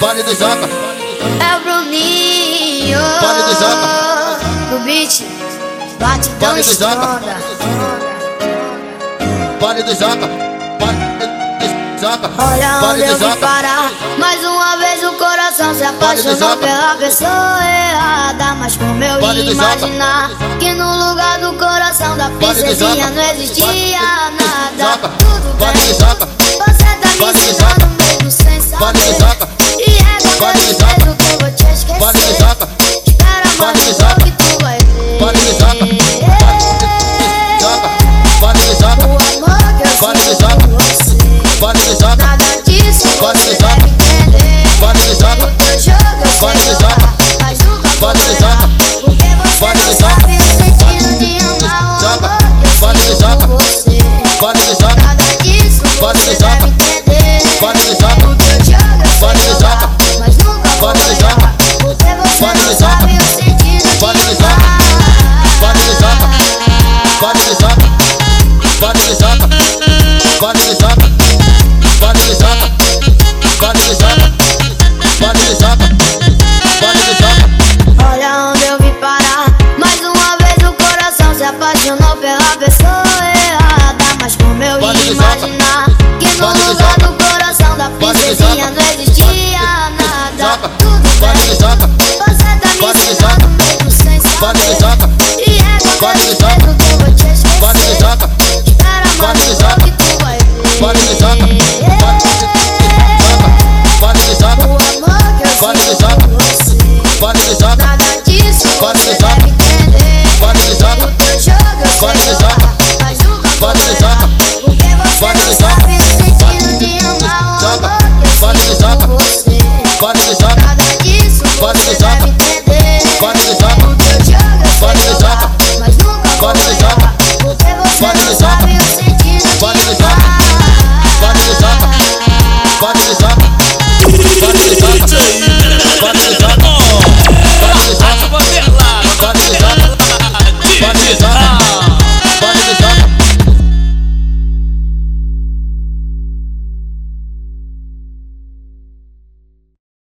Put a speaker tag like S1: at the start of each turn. S1: Vale do Zapa,
S2: É o Bruninho
S1: Pare do
S2: No beat Bate tão
S1: Pare do Zapa.
S2: estoura
S1: vale do Zapa, vale do Zapa,
S2: Olha
S1: vale
S2: onde
S1: do
S2: eu vim
S1: Zapa,
S2: parar Mais uma vez o coração
S1: do
S2: se
S1: Zapa.
S2: apaixonou Pela pessoa errada Mas como eu
S1: Pare
S2: ia
S1: do Zapa.
S2: imaginar Que no lugar do coração da
S1: do
S2: princesinha
S1: Zapa.
S2: Não existia
S1: Pare do
S2: nada
S1: Zapa.
S2: Tudo
S1: Pare do
S2: bem
S1: Zapa.
S2: Você tá me
S1: Pare do Zapa.
S2: ensinando mesmo sem
S1: Pare do
S2: saber
S1: Zapa.
S2: E é com
S1: Pare do
S2: todo
S1: Zapa.
S2: medo que eu vou te esquecer
S1: vale do Zapa,
S2: Espera
S1: Pare do
S2: mais
S1: Zapa.
S2: um que tu vai ver
S1: vale do Zapa, vale do
S2: O
S1: Zapa,
S2: amor que eu
S1: Pare do
S2: sinto
S1: Zapa.
S2: por você
S1: vale do Zapa,
S2: Nada disso
S1: Pare do
S2: você
S1: Zapa.
S2: deve entender
S1: vale do Zapa,
S2: O teu jogo eu
S1: Pare do
S2: sei
S1: Zapa.
S2: jogar Mas nunca vou
S1: Pare do
S2: errar
S1: Zapa.
S2: Porque você
S1: Pare do
S2: não
S1: Zapa.
S2: sabe o sentido de amar O
S1: Zapa.
S2: amor
S1: Pare
S2: que
S1: do
S2: eu
S1: Zapa.
S2: sinto por você
S1: vale do Zapa,
S2: Nada disso
S1: Pare do
S2: você
S1: Zapa.
S2: deve entender
S1: Pare do Zapa.
S2: O teu jogo
S1: Pare
S2: eu
S1: do
S2: sei
S1: Zapa.
S2: jogar Mas nunca vou
S1: Pare do Zapa.
S2: errar Porque você
S1: Pare do
S2: não
S1: Zapa.
S2: sabe o sentido de
S1: Pare do Zapa.
S2: amar
S1: vale do Zapa, vale do Zapa, vale do Zapa, vale do Zapa, vale do Zapa, vale do Zapa, vale do Zapa, vale do Zapa.
S2: Olha onde eu vim parar. Mais uma vez o coração se apaixonou pela pessoa errada. Mas como eu
S1: Pare
S2: ia
S1: do Zapa.
S2: imaginar que no
S1: Pare do
S2: lugar
S1: Zapa.
S2: do coração
S1: Pare
S2: da
S1: do
S2: princesinha
S1: Zapa.
S2: não existia
S1: Zapa.
S2: nada. Tudo
S1: Pare do
S2: bem.
S1: Zapa.
S2: Você tá me
S1: Pare do
S2: ensinando mesmo sem
S1: Pare do
S2: saber.
S1: Zapa,
S2: E é com
S1: Pare do
S2: esse
S1: Zapa.
S2: medo que eu vou te
S1: vale do
S2: esquecer.
S1: Zapa,
S2: Espera
S1: Pare
S2: mais
S1: do
S2: um
S1: Zapa.
S2: que tu vai ver.
S1: vale do Zapa, vale do
S2: O
S1: Zapa,
S2: amor que eu
S1: Pare do
S2: sinto
S1: Zapa.
S2: por você.
S1: vale do Zapa,
S2: Nada disso
S1: Pare do
S2: você
S1: Zapa.
S2: deve entender.
S1: vale do
S2: O teu jogo eu sei jogar,
S1: Zapa,
S2: mas nunca vou
S1: Pare do
S2: errar.
S1: Zapa.
S2: Porque você
S1: Pare do
S2: não
S1: Zapa.
S2: sabe o sentido de amar o
S1: Zapa.
S2: amor que eu
S1: Pare do
S2: sinto
S1: Zapa.
S2: por você.
S1: vale do Zapa.